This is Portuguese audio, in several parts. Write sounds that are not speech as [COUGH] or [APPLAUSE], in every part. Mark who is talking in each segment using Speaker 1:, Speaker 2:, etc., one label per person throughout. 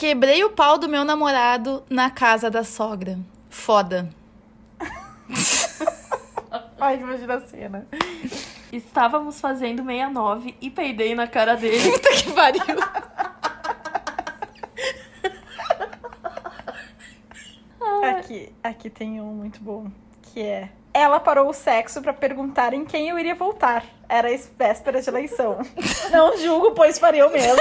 Speaker 1: Quebrei o pau do meu namorado na casa da sogra. Foda.
Speaker 2: Ai, imagina a cena. Estávamos fazendo 69 e peidei na cara dele.
Speaker 1: Puta que pariu.
Speaker 3: Aqui, aqui tem um muito bom, que é... Ela parou o sexo pra perguntar em quem eu iria voltar. Era as vésperas de eleição. [LAUGHS] Não julgo, pois [LAUGHS] faria o mesmo.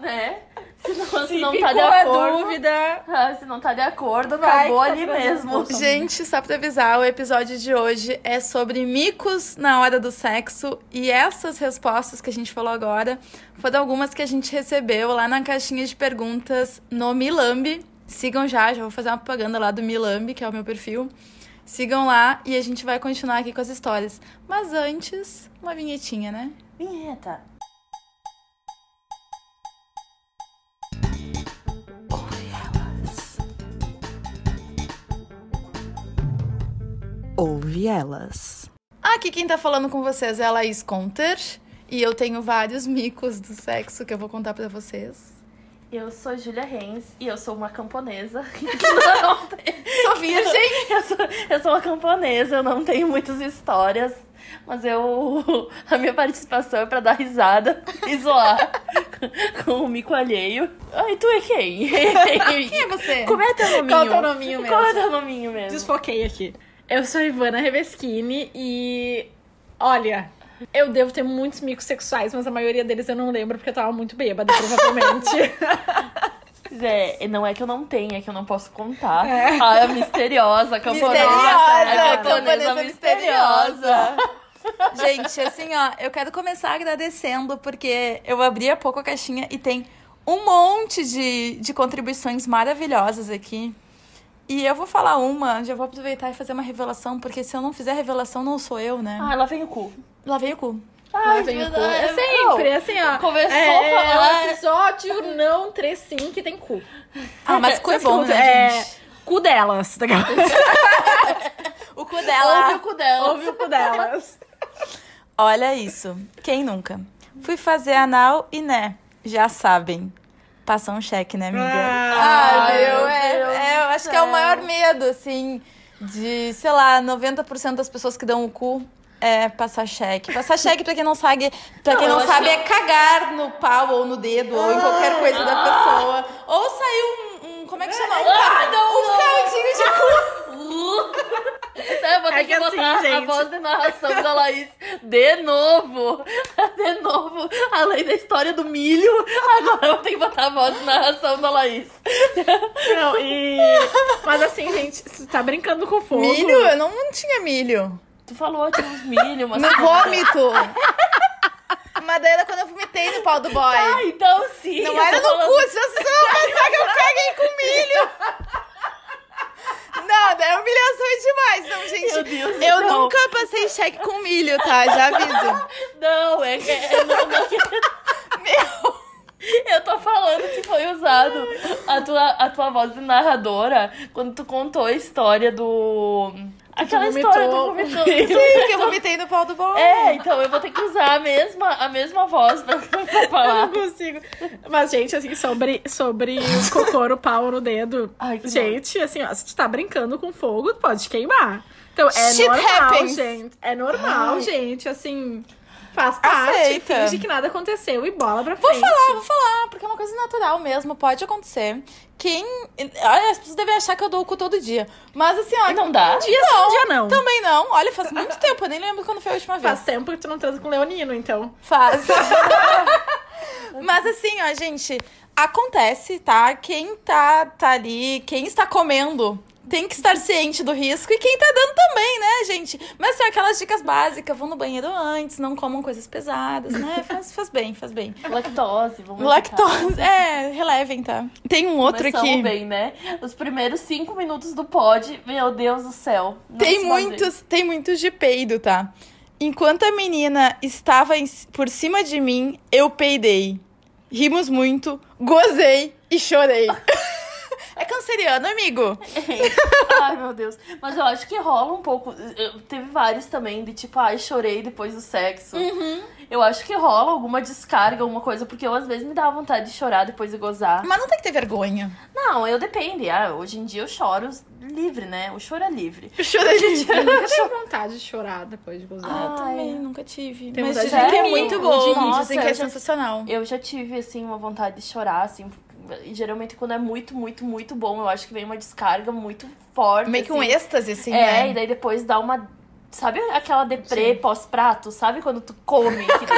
Speaker 2: né? Se não, se
Speaker 3: Se
Speaker 2: não
Speaker 3: ficou
Speaker 2: tá de
Speaker 3: a
Speaker 2: acordo.
Speaker 3: dúvida...
Speaker 2: Ah, se não tá de acordo,
Speaker 3: Vai
Speaker 2: acabou
Speaker 3: que tá
Speaker 2: ali
Speaker 3: fazendo
Speaker 2: mesmo.
Speaker 3: bolsa.
Speaker 1: Gente, só pra avisar, o episódio de hoje é sobre micos na hora do sexo. E essas respostas que a gente falou agora foram algumas que a gente recebeu lá na caixinha de perguntas no Milambi. Sigam já, já vou fazer uma propaganda lá do Milambi, que é o meu perfil. Sigam lá e a gente vai continuar aqui com as histórias. Mas antes, uma vinhetinha, né?
Speaker 2: Vinheta.
Speaker 4: Ouve elas.
Speaker 1: Aqui quem tá falando com vocês é a Laís Conter. E eu tenho vários micos do sexo que eu vou contar pra vocês.
Speaker 2: Eu sou Julia Reis e eu sou uma camponesa. [LAUGHS]
Speaker 1: Sou virgem!
Speaker 2: Eu sou, eu sou uma camponesa, eu não tenho muitas histórias, mas eu [LAUGHS] a minha participação é pra dar risada [LAUGHS] e zoar com o mico alheio. Ai, tu é quem? [LAUGHS]
Speaker 1: Quem é [LAUGHS] você?
Speaker 2: Como é teu nominho?
Speaker 3: Qual é o teu nominho mesmo?
Speaker 2: Qual é teu nominho mesmo?
Speaker 3: Desfoquei aqui. Eu sou a Ivana Reveschini e. Olha, eu devo ter muitos micos sexuais, mas a maioria deles eu não lembro porque eu tava muito bêbada, provavelmente. [LAUGHS]
Speaker 2: É, não é que eu não tenho, é que eu não posso contar.
Speaker 3: É.
Speaker 2: A misteriosa, a camponesa. É
Speaker 1: Misteriosa,
Speaker 2: a
Speaker 1: camponesa misteriosa. Gente, assim, ó, eu quero começar agradecendo, porque eu abri há pouco a caixinha e tem um monte de, de contribuições maravilhosas aqui. E eu vou falar uma, já vou aproveitar e fazer uma revelação, porque se eu não fizer revelação, não sou eu, né?
Speaker 2: Ah, ela vem o cu.
Speaker 1: Lá veio o cu.
Speaker 2: Ai,
Speaker 3: Mas tem cu.
Speaker 2: verdade.
Speaker 3: É sempre, é assim, ó.
Speaker 2: Começou
Speaker 3: é,
Speaker 2: a falar-
Speaker 3: é um episódio não 3 sim que tem cu.
Speaker 1: Ah, [LAUGHS] mas o cu é bom,
Speaker 3: Escuta,
Speaker 1: né,
Speaker 3: é,
Speaker 1: gente?
Speaker 3: Cu delas, tá ligado?
Speaker 1: O cu
Speaker 2: Ouve o
Speaker 1: dela.
Speaker 2: cu dela.
Speaker 3: Ouve o cu delas.
Speaker 1: Olha isso. Quem nunca? Fui fazer anal e né, já sabem. Passou um cheque, né, amiga? Ah,
Speaker 2: Ai,
Speaker 1: meu,
Speaker 2: meu
Speaker 1: é,
Speaker 2: Deus
Speaker 1: é, eu
Speaker 2: do
Speaker 1: acho que é o
Speaker 2: céu.
Speaker 1: maior medo, assim, de, sei lá, 90% das pessoas que dão o cu é passar cheque. Passar cheque, pra quem não sabe, pra quem
Speaker 2: Não,
Speaker 1: não,
Speaker 2: Ah. eu
Speaker 1: sabe, é cagar no pau ou no dedo ou em qualquer coisa da pessoa. Ou sair um, um- como é
Speaker 2: Ah,
Speaker 1: que chama? Um, ca- um caldinho de cu.
Speaker 2: [LAUGHS] É, vou ter
Speaker 3: É
Speaker 2: que,
Speaker 3: que assim,
Speaker 2: botar a
Speaker 3: gente.
Speaker 2: voz de narração da Laís de novo. [LAUGHS] De novo. Além da história do milho, agora eu vou ter que botar a voz de narração da Laís.
Speaker 3: Não, e... Mas assim, gente, você tá brincando com fogo.
Speaker 1: Milho? Eu não, não tinha milho.
Speaker 2: Tu falou, tinha uns milho, mas...
Speaker 1: No [LAUGHS] vômito. Mas daí era quando eu vomitei no pau do boy.
Speaker 2: Ah, então sim. eu
Speaker 1: Não
Speaker 2: tô
Speaker 1: era no
Speaker 2: falando-
Speaker 1: cu, se vocês vão pensar que eu caguei com milho. Não, daí é humilhação é demais, não, gente.
Speaker 2: Meu Deus do
Speaker 1: eu
Speaker 2: céu.
Speaker 1: nunca passei cheque com milho, tá? Já
Speaker 2: [LAUGHS]
Speaker 1: aviso.
Speaker 2: Não, é que... é- não, não, que- Eu tô falando que foi usado a tua, a tua voz de narradora quando tu contou a história do... Aquela
Speaker 3: vomitou
Speaker 2: história do
Speaker 3: com
Speaker 2: vomitou.
Speaker 1: Sim, que eu vomitei no pau do bolo.
Speaker 2: É, então eu vou ter que usar a mesma, a mesma voz pra, pra
Speaker 3: Eu
Speaker 2: falar.
Speaker 3: não consigo. Mas, gente, assim, sobre, sobre o cocô no pau no dedo.
Speaker 2: Ai, que
Speaker 3: gente, assim, ó, se tu tá brincando com fogo, pode queimar. Então, é
Speaker 1: Shit
Speaker 3: normal,
Speaker 1: happens.
Speaker 3: gente. É normal, gente, assim. Faz parte,
Speaker 1: Aceita.
Speaker 3: finge que nada aconteceu e bola pra
Speaker 1: Vou
Speaker 3: frente. Um
Speaker 1: falar, vou falar, porque é uma coisa natural mesmo, pode acontecer. Quem. Olha, as pessoas devem achar que eu dou o cu todo dia. Mas assim, ó.
Speaker 2: E não dá?
Speaker 1: Um dia sim,
Speaker 3: Um dia não.
Speaker 1: Também não. Olha, faz muito tempo, eu nem lembro quando foi a última vez.
Speaker 3: Faz tempo que tu não transa com
Speaker 1: [LAUGHS]
Speaker 3: leonino, então.
Speaker 1: Faz. Mas assim, ó, gente, acontece, tá? Quem tá, tá ali, quem está comendo. Tem que estar ciente do risco e quem tá dando também, né, gente? Mas são aquelas dicas básicas, vão no banheiro antes, não comam coisas pesadas, né? Faz, faz bem, faz bem.
Speaker 2: Lactose, vamos
Speaker 1: Lactose, é, relevem, tá? Tem um outro
Speaker 2: Começamos
Speaker 1: aqui.
Speaker 2: bem, né? Os primeiros cinco minutos do pod, meu Deus do céu. Não
Speaker 1: Tem
Speaker 2: se
Speaker 1: muitos, tem muitos de peido, tá? Enquanto a menina estava em- por cima de mim, eu peidei. Rimos muito, gozei e chorei. [LAUGHS] é canceriano, amigo?
Speaker 2: baseie. [LAUGHS] Ai, meu Deus. Mas
Speaker 1: Uhum.
Speaker 2: eu acho que rola um pouco. eu- Teve vários também de tipo, ai, chorei depois do sexo. Eu acho que rola alguma descarga, alguma coisa, porque eu às vezes me dá vontade de chorar depois de gozar.
Speaker 1: Mas não tem que ter vergonha.
Speaker 2: Não, eu depende. Ah, hoje em dia eu choro livre, né? O choro é livre.
Speaker 1: Chora gente. [LAUGHS]
Speaker 3: Eu nunca tive vontade de chorar depois de gozar.
Speaker 1: Eu Ah, também, nunca tive.
Speaker 3: Tem
Speaker 1: Mas
Speaker 3: vontade
Speaker 1: dizem
Speaker 2: de
Speaker 1: que é
Speaker 2: dormir.
Speaker 1: muito bom.
Speaker 2: Nossa,
Speaker 1: dizem que é
Speaker 2: eu já-
Speaker 1: sensacional.
Speaker 2: Eu já tive, assim, uma vontade de chorar, assim. E geralmente quando é muito, muito, muito bom, eu acho que vem uma descarga muito forte.
Speaker 1: Meio que um
Speaker 2: assim.
Speaker 1: êxtase, assim,
Speaker 2: É,
Speaker 1: né?
Speaker 2: e daí depois dá uma. Sabe aquela deprê pós-prato? Sabe quando tu
Speaker 1: [LAUGHS]
Speaker 2: come? Que tu-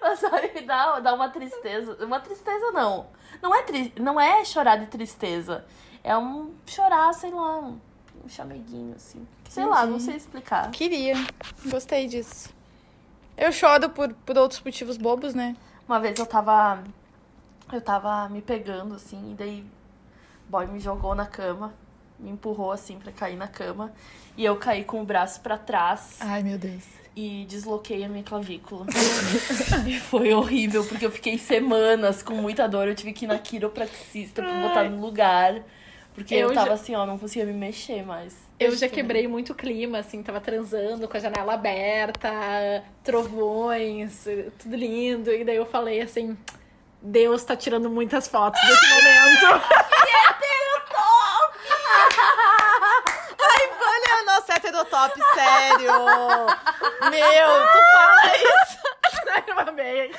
Speaker 2: Mas sabe, dá, dá uma tristeza. Uma tristeza não. Não é, tri... não é chorar de tristeza. É um chorar, sei lá, um um chameguinho, assim. Sei lá, não sei explicar.
Speaker 1: Queria. Gostei disso. Eu choro por, por outros motivos bobos, né?
Speaker 2: Uma vez eu tava. Eu tava me pegando, assim, e daí o boy me jogou na cama, me empurrou assim pra cair na cama. E eu caí com o braço pra trás
Speaker 1: Ai, meu Deus.
Speaker 2: e desloquei a minha clavícula. e foi horrível, porque eu fiquei semanas com muita dor. Eu tive que ir na quiropraxista pra botar no lugar. Porque eu,
Speaker 3: Eu
Speaker 2: tava
Speaker 3: já-
Speaker 2: assim, ó, não conseguia me mexer mais.
Speaker 3: Eu já quebrei muito o clima, assim, tava transando com a janela aberta, trovões, tudo lindo. E daí eu falei assim: Deus tá tirando muitas fotos desse momento. [LAUGHS]
Speaker 1: Olha [LAUGHS] o nosso heterotop, é sério! Meu, tu fala isso!
Speaker 3: Daí eu amei.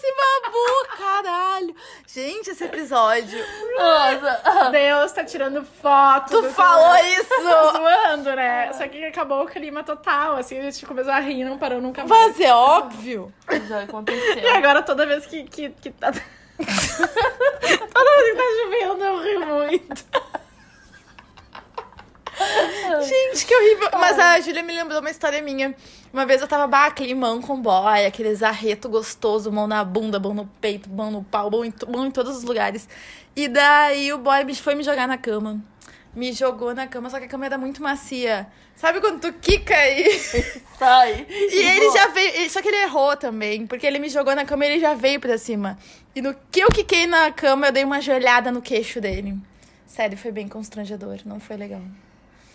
Speaker 1: Se babu, caralho! Gente, esse episódio.
Speaker 2: Nossa!
Speaker 3: Deus tá tirando fotos.
Speaker 1: Tu falou isso!
Speaker 3: Zoando, né? Só que acabou o clima total, assim, a gente começou a rir, não parou nunca mais.
Speaker 1: Mas é óbvio.
Speaker 2: [LAUGHS] Já
Speaker 3: E
Speaker 2: aconteceu.
Speaker 3: agora toda vez que, que, que tá. [LAUGHS] toda vez que tá chovendo, eu rio muito.
Speaker 1: Gente, que horrível. Mas a Júlia me lembrou uma história minha. Uma vez eu tava bah, climão com boy, aqueles arreto gostoso, mão na bunda, mão no peito, mão no pau, mão em, to- mão em todos os lugares. E daí o boy me- foi me jogar na cama. Me jogou na cama, só que a cama era muito macia. Sabe quando tu quica e.
Speaker 2: Sai!
Speaker 1: E ele já veio. ele- Só que ele errou também, porque ele me jogou na cama e ele já veio pra cima. E no que eu quiquei na cama, eu dei uma joelhada no queixo dele. Sério, foi bem constrangedor, não foi legal.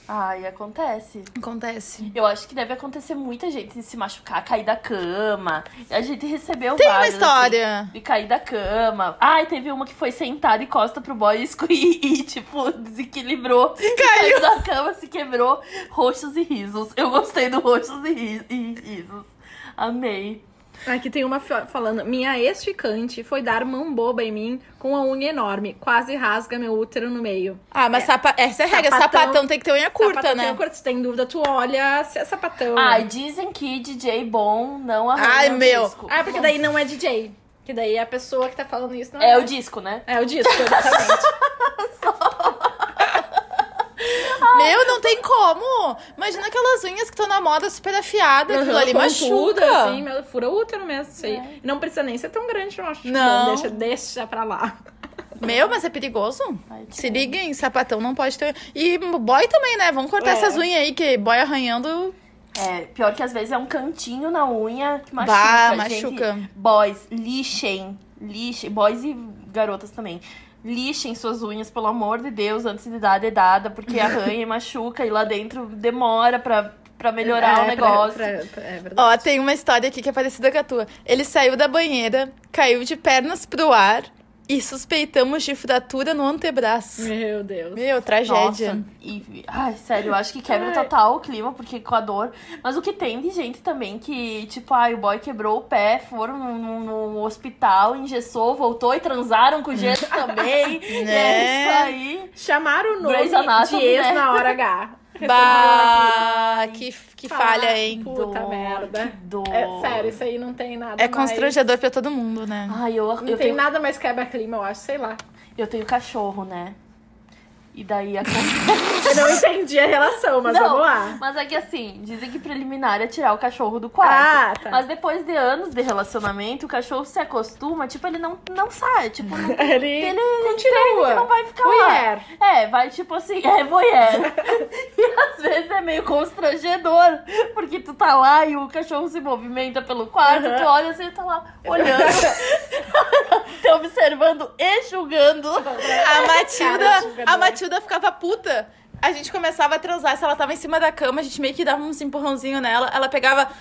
Speaker 2: Ai, acontece.
Speaker 1: Acontece.
Speaker 2: Eu acho que deve acontecer muita gente se machucar, cair da cama. A gente recebeu
Speaker 1: Tem uma
Speaker 3: né,
Speaker 2: várias,
Speaker 1: história.
Speaker 2: assim, de cair da cama. Ai, teve uma que foi sentada e costa pro boy [LAUGHS] e, esco- e, e, tipo, desequilibrou. E caiu. da cama, se quebrou. Roxos e risos. Eu gostei do roxos e, ri- e risos. Amei.
Speaker 3: Aqui tem uma fa- falando: Minha ex-ficante foi dar mão boba em mim com a unha enorme, quase rasga meu útero no meio.
Speaker 1: Ah, mas sapa- essa é a regra.
Speaker 3: Sapatão-
Speaker 1: Sapatão tem que ter unha curta,
Speaker 3: Sapatão
Speaker 1: né?
Speaker 3: tem Curta, se tem dúvida, tu olha se é sapatão.
Speaker 2: Ai, dizem que DJ bom não arranha
Speaker 1: Ai,
Speaker 2: o
Speaker 1: meu.
Speaker 2: disco.
Speaker 3: Ah, porque daí não é DJ. Que daí a pessoa que tá falando isso não é.
Speaker 2: É o disco, né?
Speaker 3: É o
Speaker 2: [LAUGHS]
Speaker 3: disco, exatamente.
Speaker 1: Meu, não tem como. Imagina aquelas unhas que estão na moda super afiadas. aquilo ali
Speaker 3: Uhum, Pontuda,
Speaker 1: machuca.
Speaker 3: assim, meu, fura o útero mesmo, isso aí.
Speaker 2: É.
Speaker 3: Não precisa nem ser tão grande, eu acho.
Speaker 1: Não.
Speaker 3: Bom, deixa, deixa pra lá.
Speaker 1: Meu, mas é perigoso.
Speaker 2: Ai, que
Speaker 1: Se liguem, sapatão não pode ter. E boy também, né? Vamos cortar
Speaker 3: É.
Speaker 1: essas unhas aí, que boy arranhando.
Speaker 2: É, pior que às vezes é um cantinho na unha que machuca.
Speaker 1: Bah,
Speaker 2: gente.
Speaker 1: machuca.
Speaker 2: Boys, lixem. Lixem. Boys e garotas também. Lixem suas unhas, pelo amor de Deus, antes de dar a
Speaker 3: [LAUGHS]
Speaker 2: dedada, porque arranha e machuca e lá dentro demora pra, pra melhorar o
Speaker 3: É, pra-
Speaker 2: negócio.
Speaker 3: pra- pra- é verdade.
Speaker 1: Ó, tem uma história aqui que é parecida com a tua. Ele saiu da banheira, caiu de pernas pro ar e suspeitamos de fratura no antebraço.
Speaker 3: Meu Deus.
Speaker 1: Meu, tragédia.
Speaker 2: Nossa, e, ai, sério, eu acho que quebra total o clima, porque com a dor. Mas o que tem de gente também que, tipo, ai, o boy quebrou o pé, foram num, num- num hospital, engessou, voltou e transaram com
Speaker 3: [LAUGHS]
Speaker 2: o gesso também. E
Speaker 1: Né?
Speaker 2: É isso aí.
Speaker 3: Chamaram o nome
Speaker 2: Grey's Anatomy,
Speaker 3: de ex
Speaker 2: né?
Speaker 3: na hora H.
Speaker 1: Bah, que, que
Speaker 3: Ah,
Speaker 1: falha, hein?
Speaker 3: Puta
Speaker 2: Dor,
Speaker 3: merda.
Speaker 2: Que dor.
Speaker 3: É sério, isso aí não tem nada
Speaker 1: É
Speaker 3: mais-
Speaker 1: constrangedor pra todo mundo, né?
Speaker 2: Ai, eu,
Speaker 3: Não tem
Speaker 2: eu, tenho,
Speaker 3: nada mais quebra-clima, eu acho, sei lá.
Speaker 2: eu tenho cachorro, né?
Speaker 3: [LAUGHS]
Speaker 2: E daí a
Speaker 3: Eu não [LAUGHS] entendi a relação, mas
Speaker 2: Não,
Speaker 3: vamos lá.
Speaker 2: Mas é que assim, dizem que preliminar é tirar o cachorro do quarto.
Speaker 3: Ah, tá.
Speaker 2: Mas depois de anos de relacionamento, o cachorro se acostuma, tipo, ele não, não sai.
Speaker 3: [LAUGHS]
Speaker 2: Tipo, não,
Speaker 3: Ele,
Speaker 2: ele
Speaker 3: continua.
Speaker 2: não vai ficar lá.
Speaker 3: Mulher.
Speaker 2: É, vai tipo assim, é
Speaker 3: [LAUGHS]
Speaker 2: [LAUGHS] voyeur. e às vezes é meio constrangedor, porque tu tá lá e o cachorro se movimenta pelo quarto,
Speaker 3: Uhum.
Speaker 2: tu olha assim, tá lá
Speaker 3: [LAUGHS]
Speaker 2: olhando, [LAUGHS] te observando e julgando.
Speaker 1: A
Speaker 3: Cara,
Speaker 1: Matilda,
Speaker 3: julgadora.
Speaker 1: a Matilda ficava puta. a gente começava a transar, se ela tava em cima da cama, a gente meio que dava uns empurrãozinho nela, ela pegava,
Speaker 3: Tá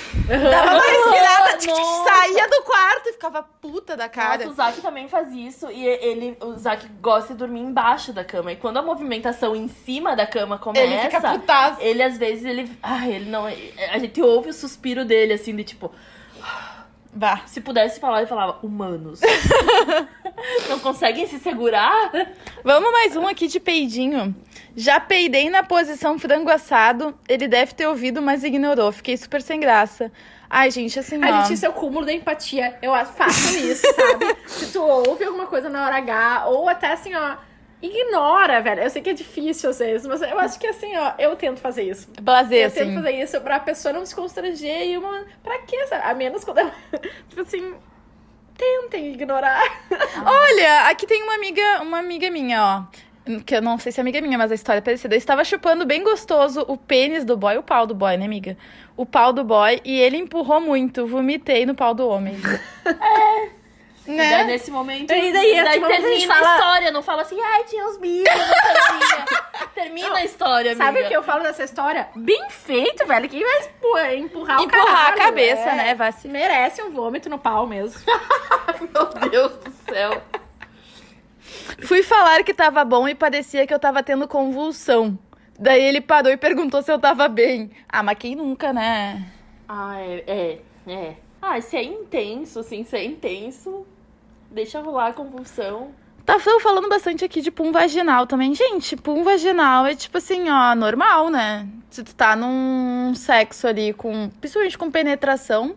Speaker 2: [LAUGHS]
Speaker 1: dava uma respirada, tic, tic,
Speaker 2: Nossa.
Speaker 1: saía do quarto e ficava puta da cara.
Speaker 2: Nossa, o Zac também faz isso e ele, o Zac gosta de dormir embaixo da cama. E quando a movimentação em cima da cama começa,
Speaker 1: Ele fica putaço.
Speaker 2: ele, às vezes ele, ai, ele não, a gente ouve o suspiro dele assim de tipo,
Speaker 5: Bah.
Speaker 2: se pudesse falar ele falava
Speaker 3: [LAUGHS]
Speaker 2: humanos. não conseguem se segurar?
Speaker 1: Vamos mais um aqui de peidinho. Já peidei na posição frango assado. Ele deve ter ouvido, mas ignorou. Fiquei super sem graça. Ai, gente, assim,
Speaker 3: A
Speaker 1: ó.
Speaker 3: gente, isso é o cúmulo da empatia. Eu a- [LAUGHS] faço isso, sabe? Se tu ouve alguma coisa na hora H, ou até assim, ó. Ignora, velho. Eu sei que é difícil às vezes, mas eu acho que assim, ó, eu tento fazer isso.
Speaker 1: Blazer,
Speaker 3: Eu
Speaker 1: assim.
Speaker 3: tento fazer isso pra pessoa não se constranger e uma. Pra quê, sabe? A menos quando eu. [LAUGHS] Tipo assim. Tentem ignorar.
Speaker 1: Olha, aqui tem uma amiga, uma amiga minha, ó. Que eu não sei se é amiga minha, mas a história é parecida. Eu estava chupando bem gostoso o pênis do boy, o pau do boy, né, amiga? O pau do boy, e ele empurrou muito. Vomitei no pau do homem. É.
Speaker 2: E daí,
Speaker 1: Né?
Speaker 2: nesse momento,
Speaker 3: E daí, esse momento, a
Speaker 2: termina
Speaker 3: gente
Speaker 2: a
Speaker 3: fala-
Speaker 2: história, não fala assim, ai, tinha os bichos, não sabia."
Speaker 3: [LAUGHS]
Speaker 2: Termina a história, amiga.
Speaker 3: Sabe o que eu falo dessa história? Bem feito, velho. Quem vai expu- empurrar o
Speaker 1: Empurrar a
Speaker 3: caralho,
Speaker 1: cabeça,
Speaker 3: é.
Speaker 1: né? Vai se
Speaker 3: Merece um vômito no pau mesmo. [LAUGHS]
Speaker 2: Meu Deus do céu.
Speaker 1: Fui falar que tava bom e parecia que eu tava tendo convulsão. Daí ele parou e perguntou se eu tava bem. Ah, mas quem nunca, né?
Speaker 2: Ah, é, é, é. Ah, se é intenso, assim, se é intenso, deixa rolar a convulsão.
Speaker 1: Tá fal- falando bastante aqui de pum vaginal também. Gente, pum vaginal é tipo assim, ó, normal, né? Se tu tá num sexo ali com. Principalmente com penetração,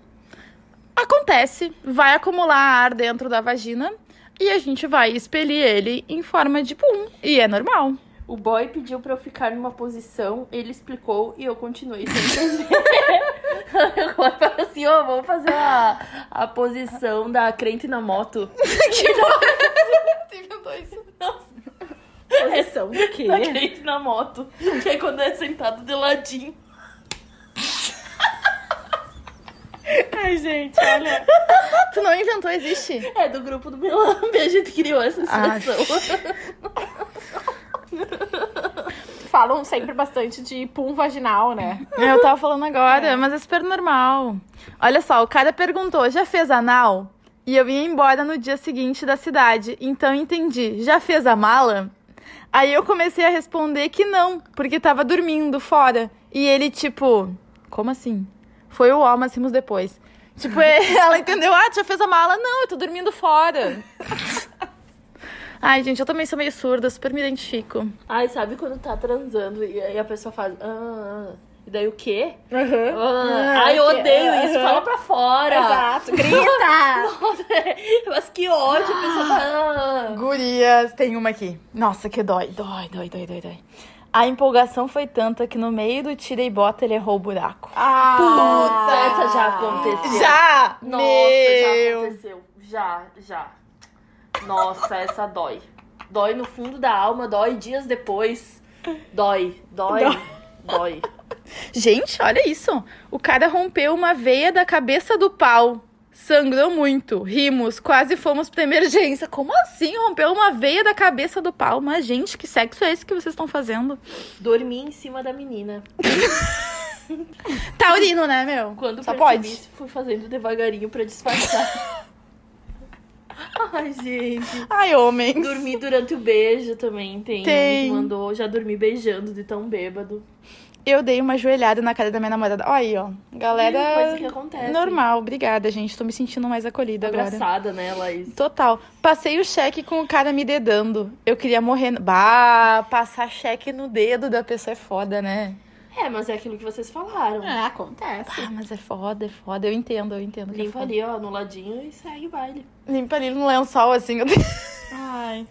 Speaker 1: acontece. Vai acumular ar dentro da vagina e a gente vai expelir ele em forma de pum. E é normal.
Speaker 2: O boy pediu pra eu ficar numa posição, ele explicou e eu continuei sem entender. [LAUGHS] eu falei assim, ó, vamos fazer a, a posição da crente na [LAUGHS] moto.
Speaker 3: Posição do quê?
Speaker 2: Da crente na moto. Que é quando é sentado de ladinho.
Speaker 3: Ai, gente, olha.
Speaker 1: Tu não inventou, existe.
Speaker 2: É do grupo do [LAUGHS] Melambe, a gente criou essa
Speaker 1: Ah,
Speaker 2: situação.
Speaker 3: Falam sempre bastante de pum vaginal, né?
Speaker 1: Eu tava falando agora, mas é super normal. Olha só, o cara perguntou, já fez anal? E eu ia embora no dia seguinte da cidade. Então eu entendi, já fez a mala? Aí eu comecei a responder que não, porque tava dormindo fora. E ele, tipo, como assim? Foi o ó, mas rimos depois. Tipo, ela entendeu, ah, tu já fez a mala? Não, eu tô dormindo fora. Ai, gente, eu também sou meio surda, super me identifico.
Speaker 2: Ai, sabe quando tá transando e, e a pessoa faz. "Ah, ah, ah", e daí o quê?
Speaker 3: Uhum.
Speaker 2: Ah,
Speaker 3: Ah,
Speaker 2: ai, eu
Speaker 3: que-
Speaker 2: odeio isso.
Speaker 3: aham.
Speaker 2: Fala pra fora. [LAUGHS]
Speaker 3: Exato. Grita!
Speaker 2: Nossa, Mas que ódio, a pessoa fala. "Ah".
Speaker 1: Gurias, tem uma aqui. Nossa, que dói. Dói, dói, dói, dói, dói. A empolgação foi tanta que no meio do tira e bota ele errou o buraco.
Speaker 3: Ah,
Speaker 2: Putz, essa já aconteceu.
Speaker 1: Já!
Speaker 2: Nossa, já
Speaker 1: Meu!
Speaker 2: aconteceu. Já, já. Nossa, essa dói. Dói no fundo da alma, dói dias depois. Dói, dói, dói.
Speaker 1: Gente, olha isso. O cara rompeu uma veia da cabeça do pau. Sangrou muito. Rimos, quase fomos pra emergência. Como assim rompeu uma veia da cabeça do pau? Mas, gente, que sexo é esse que vocês estão fazendo?
Speaker 2: Dormi em cima da menina.
Speaker 1: Taurino, né, meu?
Speaker 2: Quando
Speaker 1: Só
Speaker 2: percebi
Speaker 1: pode.
Speaker 2: isso, fui fazendo devagarinho pra disfarçar. Ai, gente.
Speaker 1: Ai, homens.
Speaker 2: [LAUGHS] Dormi durante o beijo também, tem.
Speaker 1: Tem.
Speaker 2: alguém que Mandou, já dormi beijando de tão bêbado.
Speaker 1: Eu dei uma joelhada na cara da minha namorada. Olha aí, ó. Galera.
Speaker 2: Coisa que
Speaker 1: É,
Speaker 2: acontece.
Speaker 1: Normal, obrigada, gente. Tô me sentindo mais acolhida agora.
Speaker 2: Engraçada, né, Laís?
Speaker 1: Total. Passei o cheque com o cara me dedando. Eu queria morrer. no- Bah, passar cheque no dedo da pessoa é foda, né?
Speaker 2: É, mas é aquilo que vocês falaram.
Speaker 1: É,
Speaker 3: Ah, acontece.
Speaker 1: Ah, mas é foda, é foda. Eu entendo, eu entendo. que é
Speaker 2: Limpa
Speaker 1: foda.
Speaker 2: ali, ó, no ladinho e segue o baile.
Speaker 1: Limpa ali no lençol, assim. eu tenho-
Speaker 3: Ai.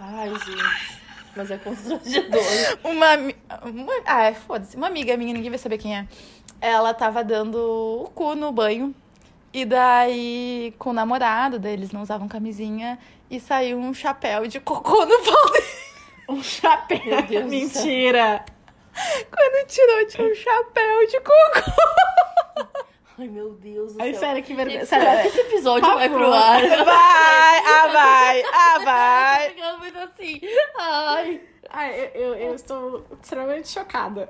Speaker 3: Ah.
Speaker 2: Ai, gente. Mas é constrangedor.
Speaker 1: Uma, ami- uma. Ah, é foda-se. Uma amiga minha, ninguém vai saber quem é. Ela tava dando o cu no banho. E daí, com o namorado, daí eles não usavam camisinha. E saiu um chapéu de cocô no pau
Speaker 3: Um chapéu.
Speaker 2: Meu Deus do
Speaker 3: Mentira.
Speaker 1: [LAUGHS] Quando tirou, tinha um chapéu de cocô.
Speaker 2: Ai, meu Deus do
Speaker 3: Ai,
Speaker 2: céu.
Speaker 3: sério, que vergonha.
Speaker 2: Será
Speaker 1: é
Speaker 2: que
Speaker 3: Sério.
Speaker 2: esse episódio vai
Speaker 3: Por
Speaker 2: pro
Speaker 3: favor.
Speaker 1: [LAUGHS]
Speaker 2: ar?
Speaker 1: Vai, ah vai, ah
Speaker 2: Tá
Speaker 1: vai.
Speaker 2: ficando muito assim. Ai.
Speaker 3: Ah, eu, eu, eu estou extremamente chocada.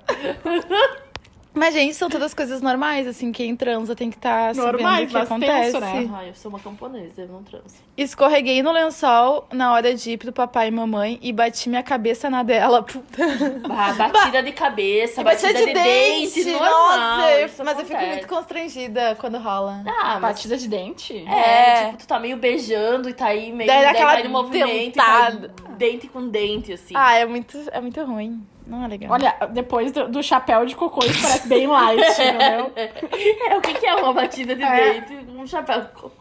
Speaker 1: Mas, gente, são todas coisas normais, assim, quem transa tem que estar sabendo o
Speaker 3: Normais,
Speaker 1: que
Speaker 3: mas
Speaker 1: acontece.
Speaker 3: tenso, né?
Speaker 2: Ah, eu sou uma camponesa, eu não transo.
Speaker 1: Escorreguei no lençol na hora de ir pro papai e mamãe e bati minha cabeça na dela. [LAUGHS] Puta.
Speaker 2: Bah, batida de cabeça, batida, de, dente, normal.
Speaker 1: nossa, eu-
Speaker 2: isso
Speaker 1: mas eu fico
Speaker 2: acontece.
Speaker 1: muito constrangida quando rola.
Speaker 2: Ah, mas
Speaker 3: Batida de dente?
Speaker 2: É,
Speaker 1: É.
Speaker 2: tipo, tu tá meio beijando e tá aí meio
Speaker 1: Daí dá
Speaker 2: daí
Speaker 1: aquela
Speaker 2: vai no movimento, e
Speaker 1: dentada.
Speaker 2: vai dente com dente, assim.
Speaker 1: Ah, é muito, é muito ruim. Não é legal.
Speaker 3: Olha, depois do, do chapéu de cocô, isso parece bem light,
Speaker 2: [LAUGHS]
Speaker 3: entendeu?
Speaker 2: [LAUGHS] É, o que que é uma batida de
Speaker 1: É.
Speaker 2: dente com um chapéu de coco?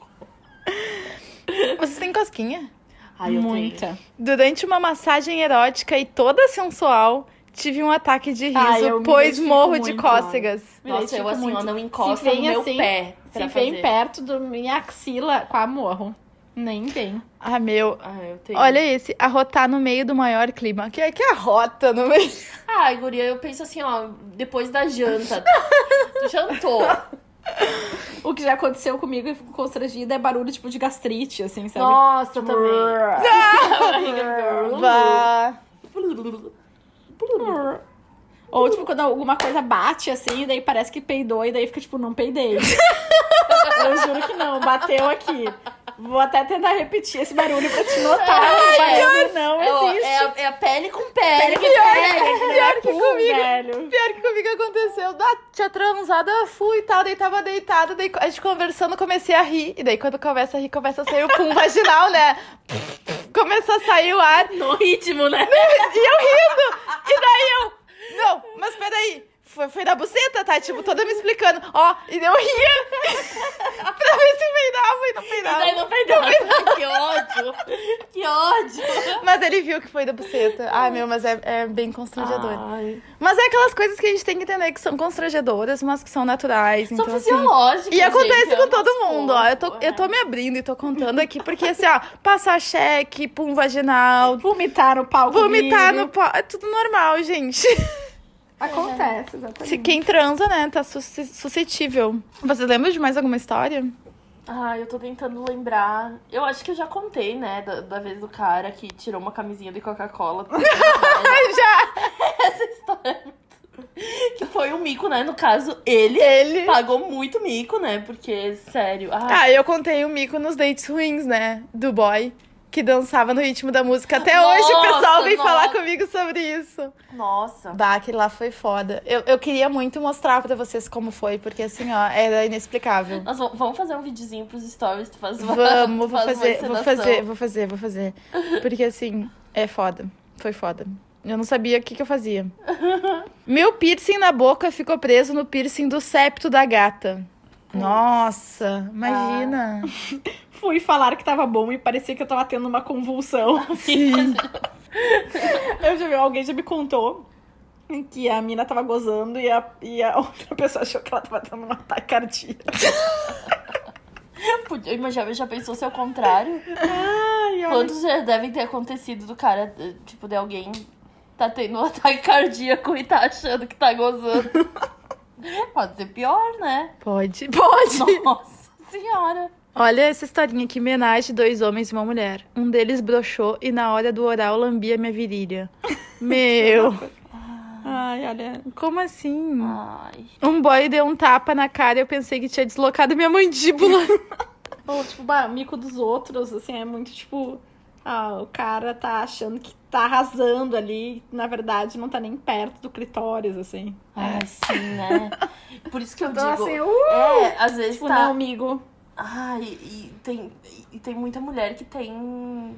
Speaker 1: Vocês têm cosquinha?
Speaker 2: Ai, eu tenho.
Speaker 3: Muita.
Speaker 1: Durante uma massagem erótica e toda sensual, tive um ataque de riso,
Speaker 3: Ah, eu me
Speaker 1: pois
Speaker 3: identifico
Speaker 1: morro de
Speaker 3: muito,
Speaker 1: cócegas.
Speaker 3: Me
Speaker 2: Nossa, eu
Speaker 3: identifico
Speaker 2: assim, ó,
Speaker 3: muito.
Speaker 2: não encosta
Speaker 3: vem
Speaker 2: no meu
Speaker 3: assim,
Speaker 2: pé
Speaker 3: Se
Speaker 2: pra
Speaker 3: vem
Speaker 2: fazer.
Speaker 3: perto da minha axila, com a morro. Nem vem.
Speaker 1: Ah, meu.
Speaker 2: Ah, eu tenho.
Speaker 1: Olha esse, arrotar no meio do maior clima. Que é que arrota no meio?
Speaker 2: Ai, guria, eu penso assim, ó, depois da [LAUGHS] janta. tu jantou.
Speaker 3: O que já aconteceu comigo e fico constrangida é barulho tipo de gastrite, assim, sabe?
Speaker 2: Nossa, eu também.
Speaker 1: Vá.
Speaker 3: [LAUGHS]
Speaker 2: é
Speaker 3: Ou tipo, quando alguma coisa bate assim, daí parece que peidou e daí fica tipo, não
Speaker 2: [LAUGHS]
Speaker 3: peidei. Eu juro que não, bateu aqui. Vou até tentar repetir esse barulho pra te notar. mas não
Speaker 2: É, ó,
Speaker 3: existe.
Speaker 2: é, a, é a pele com pele.
Speaker 3: pior que
Speaker 1: comigo.
Speaker 3: Velho.
Speaker 1: Pior que comigo aconteceu. Da, tinha transado, eu fui e tal, daí tava deitada, daí a gente conversando, comecei a rir. E daí quando começa a rir, começa a sair o pum vaginal, né? Começou a sair o ar.
Speaker 2: No ritmo, né?
Speaker 1: E eu rindo. E daí eu. Não, mas peraí. Foi, foi da buceta, tá? Tipo, toda me explicando. Ó, e eu ria. [LAUGHS] pra ver se peidava e não
Speaker 2: E daí
Speaker 1: peidava.
Speaker 2: não perdeu. [LAUGHS] Que ódio. Que ódio.
Speaker 1: Mas ele viu que foi da buceta. Ai, meu, mas é, é bem constrangedor.
Speaker 2: Ai.
Speaker 1: Mas é aquelas coisas que a gente tem que entender que são constrangedoras, mas que são naturais.
Speaker 2: São
Speaker 1: então, assim,
Speaker 2: fisiológicas.
Speaker 1: E acontece
Speaker 2: gente, é né?
Speaker 1: com
Speaker 2: o
Speaker 1: todo
Speaker 2: nosso
Speaker 1: mundo, ó. Eu tô,
Speaker 2: corpo,
Speaker 1: eu tô me abrindo e tô contando aqui, porque assim, ó, passar cheque, pum vaginal,
Speaker 3: Vomitar no pau
Speaker 1: vomitar
Speaker 3: comigo.
Speaker 1: no pau. É tudo normal,
Speaker 2: [LAUGHS]
Speaker 1: gente.
Speaker 3: Acontece, exatamente.
Speaker 1: Se quem transa, né, tá sus- suscetível. Vocês lembram de mais alguma história?
Speaker 2: Ah, eu tô tentando lembrar. Eu acho que eu já contei, né, da, da vez do cara que tirou uma camisinha
Speaker 1: [LAUGHS]
Speaker 2: de Coca-Cola.
Speaker 1: Já!
Speaker 2: Essa história. é muito- Que foi um mico, né? No caso, ele
Speaker 1: Ele.
Speaker 2: pagou muito mico, né? Porque, sério. Ah,
Speaker 1: Ah, eu contei o mico nos dates ruins, né? Do boy. Que dançava no ritmo da música. Até hoje o
Speaker 2: Nossa,
Speaker 1: pessoal vem
Speaker 2: nossa.
Speaker 1: falar comigo sobre isso.
Speaker 2: nossa.
Speaker 1: Bah, aquele lá foi foda. Eu, eu queria muito mostrar pra vocês como foi, porque assim, ó, era inexplicável.
Speaker 2: Nós vamos- vamos fazer um videozinho pros stories, tu faz
Speaker 1: [LAUGHS]
Speaker 2: uma-
Speaker 1: Vamos,
Speaker 2: tu
Speaker 1: vou
Speaker 2: faz uma
Speaker 1: fazer, vou
Speaker 2: encenação.
Speaker 1: fazer, vou fazer, vou fazer. Porque assim, é foda. Foi foda. Eu não sabia o que, que eu
Speaker 2: [LAUGHS]
Speaker 1: fazia. Meu piercing na boca ficou preso no piercing do septo da gata. Nossa, imagina.
Speaker 3: Fui falar que tava bom e parecia que eu tava tendo uma [LAUGHS] convulsão.
Speaker 2: Ah.
Speaker 1: [LAUGHS] Sim.
Speaker 3: Eu já vi, alguém já me contou que a mina tava gozando e a, e a outra pessoa achou que ela tava tendo um ataque cardíaco.
Speaker 2: Eu imagino, já pensou se é o contrário?
Speaker 3: Ai, olha.
Speaker 2: Quantos já é, devem ter acontecido do cara, eh, tipo, de alguém tá tendo um [LAUGHS] ataque cardíaco e tá achando que tá gozando?
Speaker 3: [LAUGHS]
Speaker 2: É, Pode ser pior, né?
Speaker 1: Pode, pode.
Speaker 2: Nossa senhora!
Speaker 1: Olha essa historinha aqui, homenagem dois homens e uma mulher. Um deles broxou e na hora do oral lambia minha
Speaker 2: [LAUGHS]
Speaker 1: virilha. Meu,
Speaker 3: Ai, olha.
Speaker 1: como assim?
Speaker 2: Ah. Ai.
Speaker 1: Um boy deu um tapa na cara e eu pensei que tinha deslocado minha mandíbula.
Speaker 3: Ou, tipo, bah, mico dos outros, assim, é muito tipo. Ah, o cara tá achando que tá arrasando ali, na verdade não tá nem perto do clitóris, assim.
Speaker 2: Ai, sim, né? Por isso que eu digo.
Speaker 3: Então, assim, uh,
Speaker 2: É, às vezes
Speaker 3: tipo,
Speaker 2: tá.
Speaker 3: não, amigo.
Speaker 2: Ai, e tem, e tem muita mulher que tem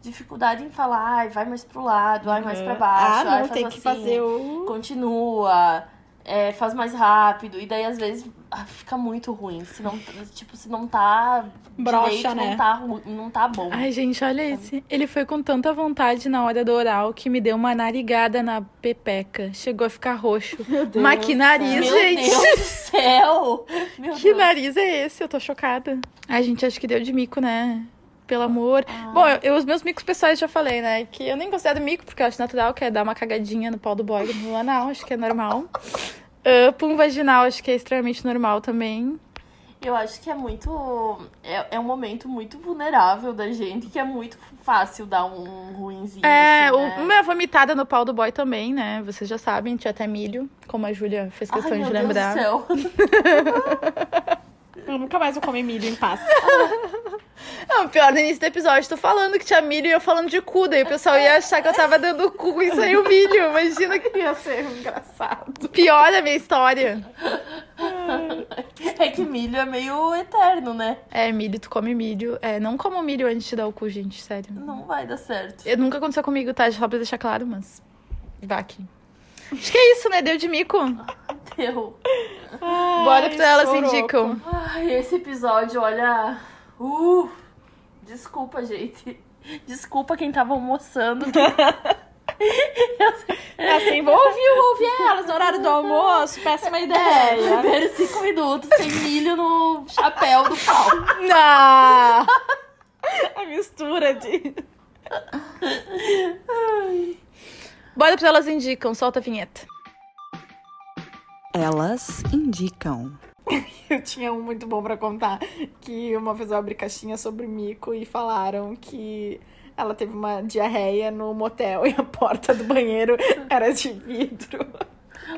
Speaker 2: dificuldade em falar, ai, vai mais pro lado, ai, mais pra baixo.
Speaker 3: ah,
Speaker 2: ai,
Speaker 3: não,
Speaker 2: faz
Speaker 3: tem
Speaker 2: assim.
Speaker 3: que fazer o.
Speaker 2: continua, é, faz mais rápido. E daí, às vezes, ah, fica muito ruim. Se não, tipo, se não tá
Speaker 3: Brocha,
Speaker 2: direito,
Speaker 3: né?
Speaker 2: não, tá, ru- não tá bom.
Speaker 1: Ai, gente, olha esse. Ele foi com tanta vontade na hora do oral que me deu uma narigada na pepeca. Chegou a ficar roxo. Mas que nariz,
Speaker 2: Meu
Speaker 1: gente!
Speaker 2: Deus do céu! Meu
Speaker 1: Que
Speaker 2: Deus.
Speaker 1: nariz é esse? Eu tô chocada. Ai, gente, acho que deu de mico, né? Pelo amor. Bom, eu, eu- os meus micos pessoais já falei, né? Que eu nem considero mico, porque eu acho natural, que é dar uma cagadinha no pau do boy no anal, acho que é normal. Ah, pum vaginal, acho que é extremamente normal também.
Speaker 2: Eu acho que é muito. É, é um momento muito vulnerável da gente, que é muito fácil dar um ruinzinho.
Speaker 1: É,
Speaker 2: assim,
Speaker 1: o-
Speaker 2: né?
Speaker 1: uma vomitada no pau do boy também, né? Vocês já sabem, tinha até milho, como a Júlia fez
Speaker 2: Ai,
Speaker 1: questão
Speaker 2: meu
Speaker 1: de
Speaker 2: Deus do
Speaker 1: lembrar.
Speaker 2: céu. [LAUGHS]
Speaker 3: Eu nunca mais vou comer milho em paz.
Speaker 1: Não, pior no início do episódio, tô falando que tinha milho e eu falando de cu, daí o pessoal ia achar que eu tava dando cu e saiu milho. Imagina que
Speaker 3: [LAUGHS] Ia ser engraçado.
Speaker 1: pior a minha história.
Speaker 2: É que milho é meio eterno, né?
Speaker 1: É, milho, tu come milho. É, não como milho antes de dar o cu, gente, sério.
Speaker 2: Não vai dar certo.
Speaker 1: Eu, nunca aconteceu comigo, tá? Só pra deixar claro, mas. Vá aqui. Acho que é isso, né? Deu de mico.
Speaker 2: Deu.
Speaker 1: Bora pra elas
Speaker 3: soroco.
Speaker 1: indicam.
Speaker 2: Ai, esse episódio, olha. Uh, desculpa, gente. Desculpa quem tava almoçando.
Speaker 3: É assim, vou ouvir, vou ouvir elas no horário do almoço. [LAUGHS] Péssima
Speaker 2: [LAUGHS] É,
Speaker 3: ideia.
Speaker 2: primeiros cinco minutos tem milho no chapéu do pau.
Speaker 1: Não!
Speaker 3: A mistura de. [LAUGHS]
Speaker 1: Bora pra elas indicam, solta a vinheta.
Speaker 6: Elas indicam.
Speaker 3: Eu tinha um muito bom pra contar. Que uma vez eu abri caixinha sobre mico e falaram que ela teve uma diarreia no motel [LAUGHS] e a porta do banheiro era de vidro.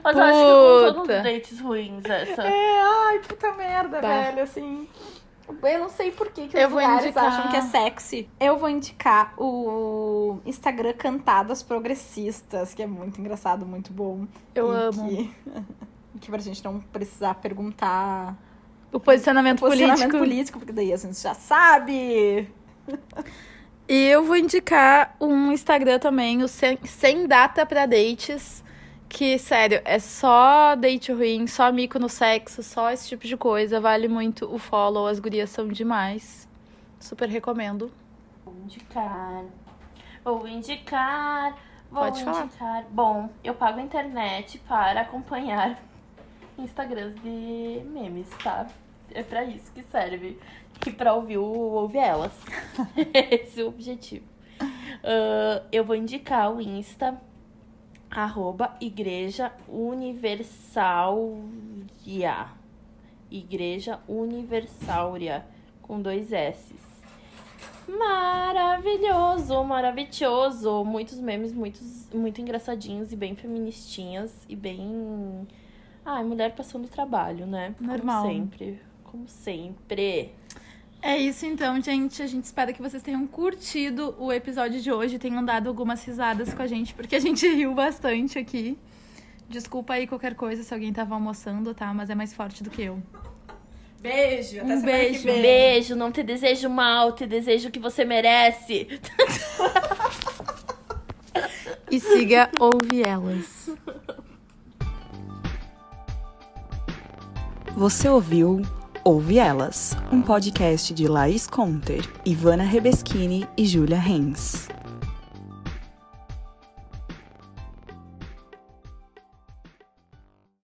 Speaker 2: Mas eu acho que eu contou
Speaker 1: Puta.
Speaker 2: nos dates ruins essa.
Speaker 3: É, ai, puta merda,
Speaker 1: Bah.
Speaker 3: velho, assim. Eu não sei por que, que
Speaker 1: Eu
Speaker 3: os
Speaker 1: vou
Speaker 3: lugares
Speaker 1: indicar-
Speaker 3: acham que é sexy. Eu vou indicar o Instagram Cantadas Progressistas, que é muito engraçado, muito bom.
Speaker 1: Eu
Speaker 3: E
Speaker 1: amo.
Speaker 3: Que, [LAUGHS] que pra gente não precisar perguntar
Speaker 1: O posicionamento,
Speaker 3: posicionamento
Speaker 1: político.
Speaker 3: político. porque daí a gente já sabe.
Speaker 1: E eu vou indicar um Instagram também, o sem, sem data pra dates. Que, sério, é só date ruim, só mico no sexo, só esse tipo de coisa. Vale muito o follow, as gurias são demais. Super recomendo.
Speaker 2: Vou indicar. Vou indicar. Vou
Speaker 1: Pode falar.
Speaker 2: indicar. Bom, eu pago a internet para acompanhar [LAUGHS] Instagrams de memes, tá? É pra isso que serve. Que pra ouvir o Ouve Elas. [LAUGHS] Esse é o objetivo. Ah, eu vou indicar o Insta, arroba Igreja Universária. Igreja Universária, com dois S's. Maravilhoso, maravilhoso. Muitos memes, muitos, muito engraçadinhos e bem feministinhas e bem. Ai, mulher passando trabalho, né?
Speaker 1: Normal.
Speaker 2: Como sempre. Como sempre.
Speaker 1: É isso então, gente. A gente espera que vocês tenham curtido o episódio de hoje, tenham dado algumas risadas com a gente, porque a gente [LAUGHS] riu bastante aqui. Desculpa aí qualquer coisa se alguém tava almoçando, tá? Mas é mais forte do que eu.
Speaker 5: Beijo, até
Speaker 1: Um
Speaker 5: semana
Speaker 1: beijo.
Speaker 5: que
Speaker 2: Um
Speaker 5: vem.
Speaker 2: beijo, não te desejo mal, te desejo o que você merece.
Speaker 1: E siga Ouve Elas.
Speaker 6: Você ouviu Ouve Elas, um podcast de Laís Conter, Ivana Rebeschini e Júlia Renz.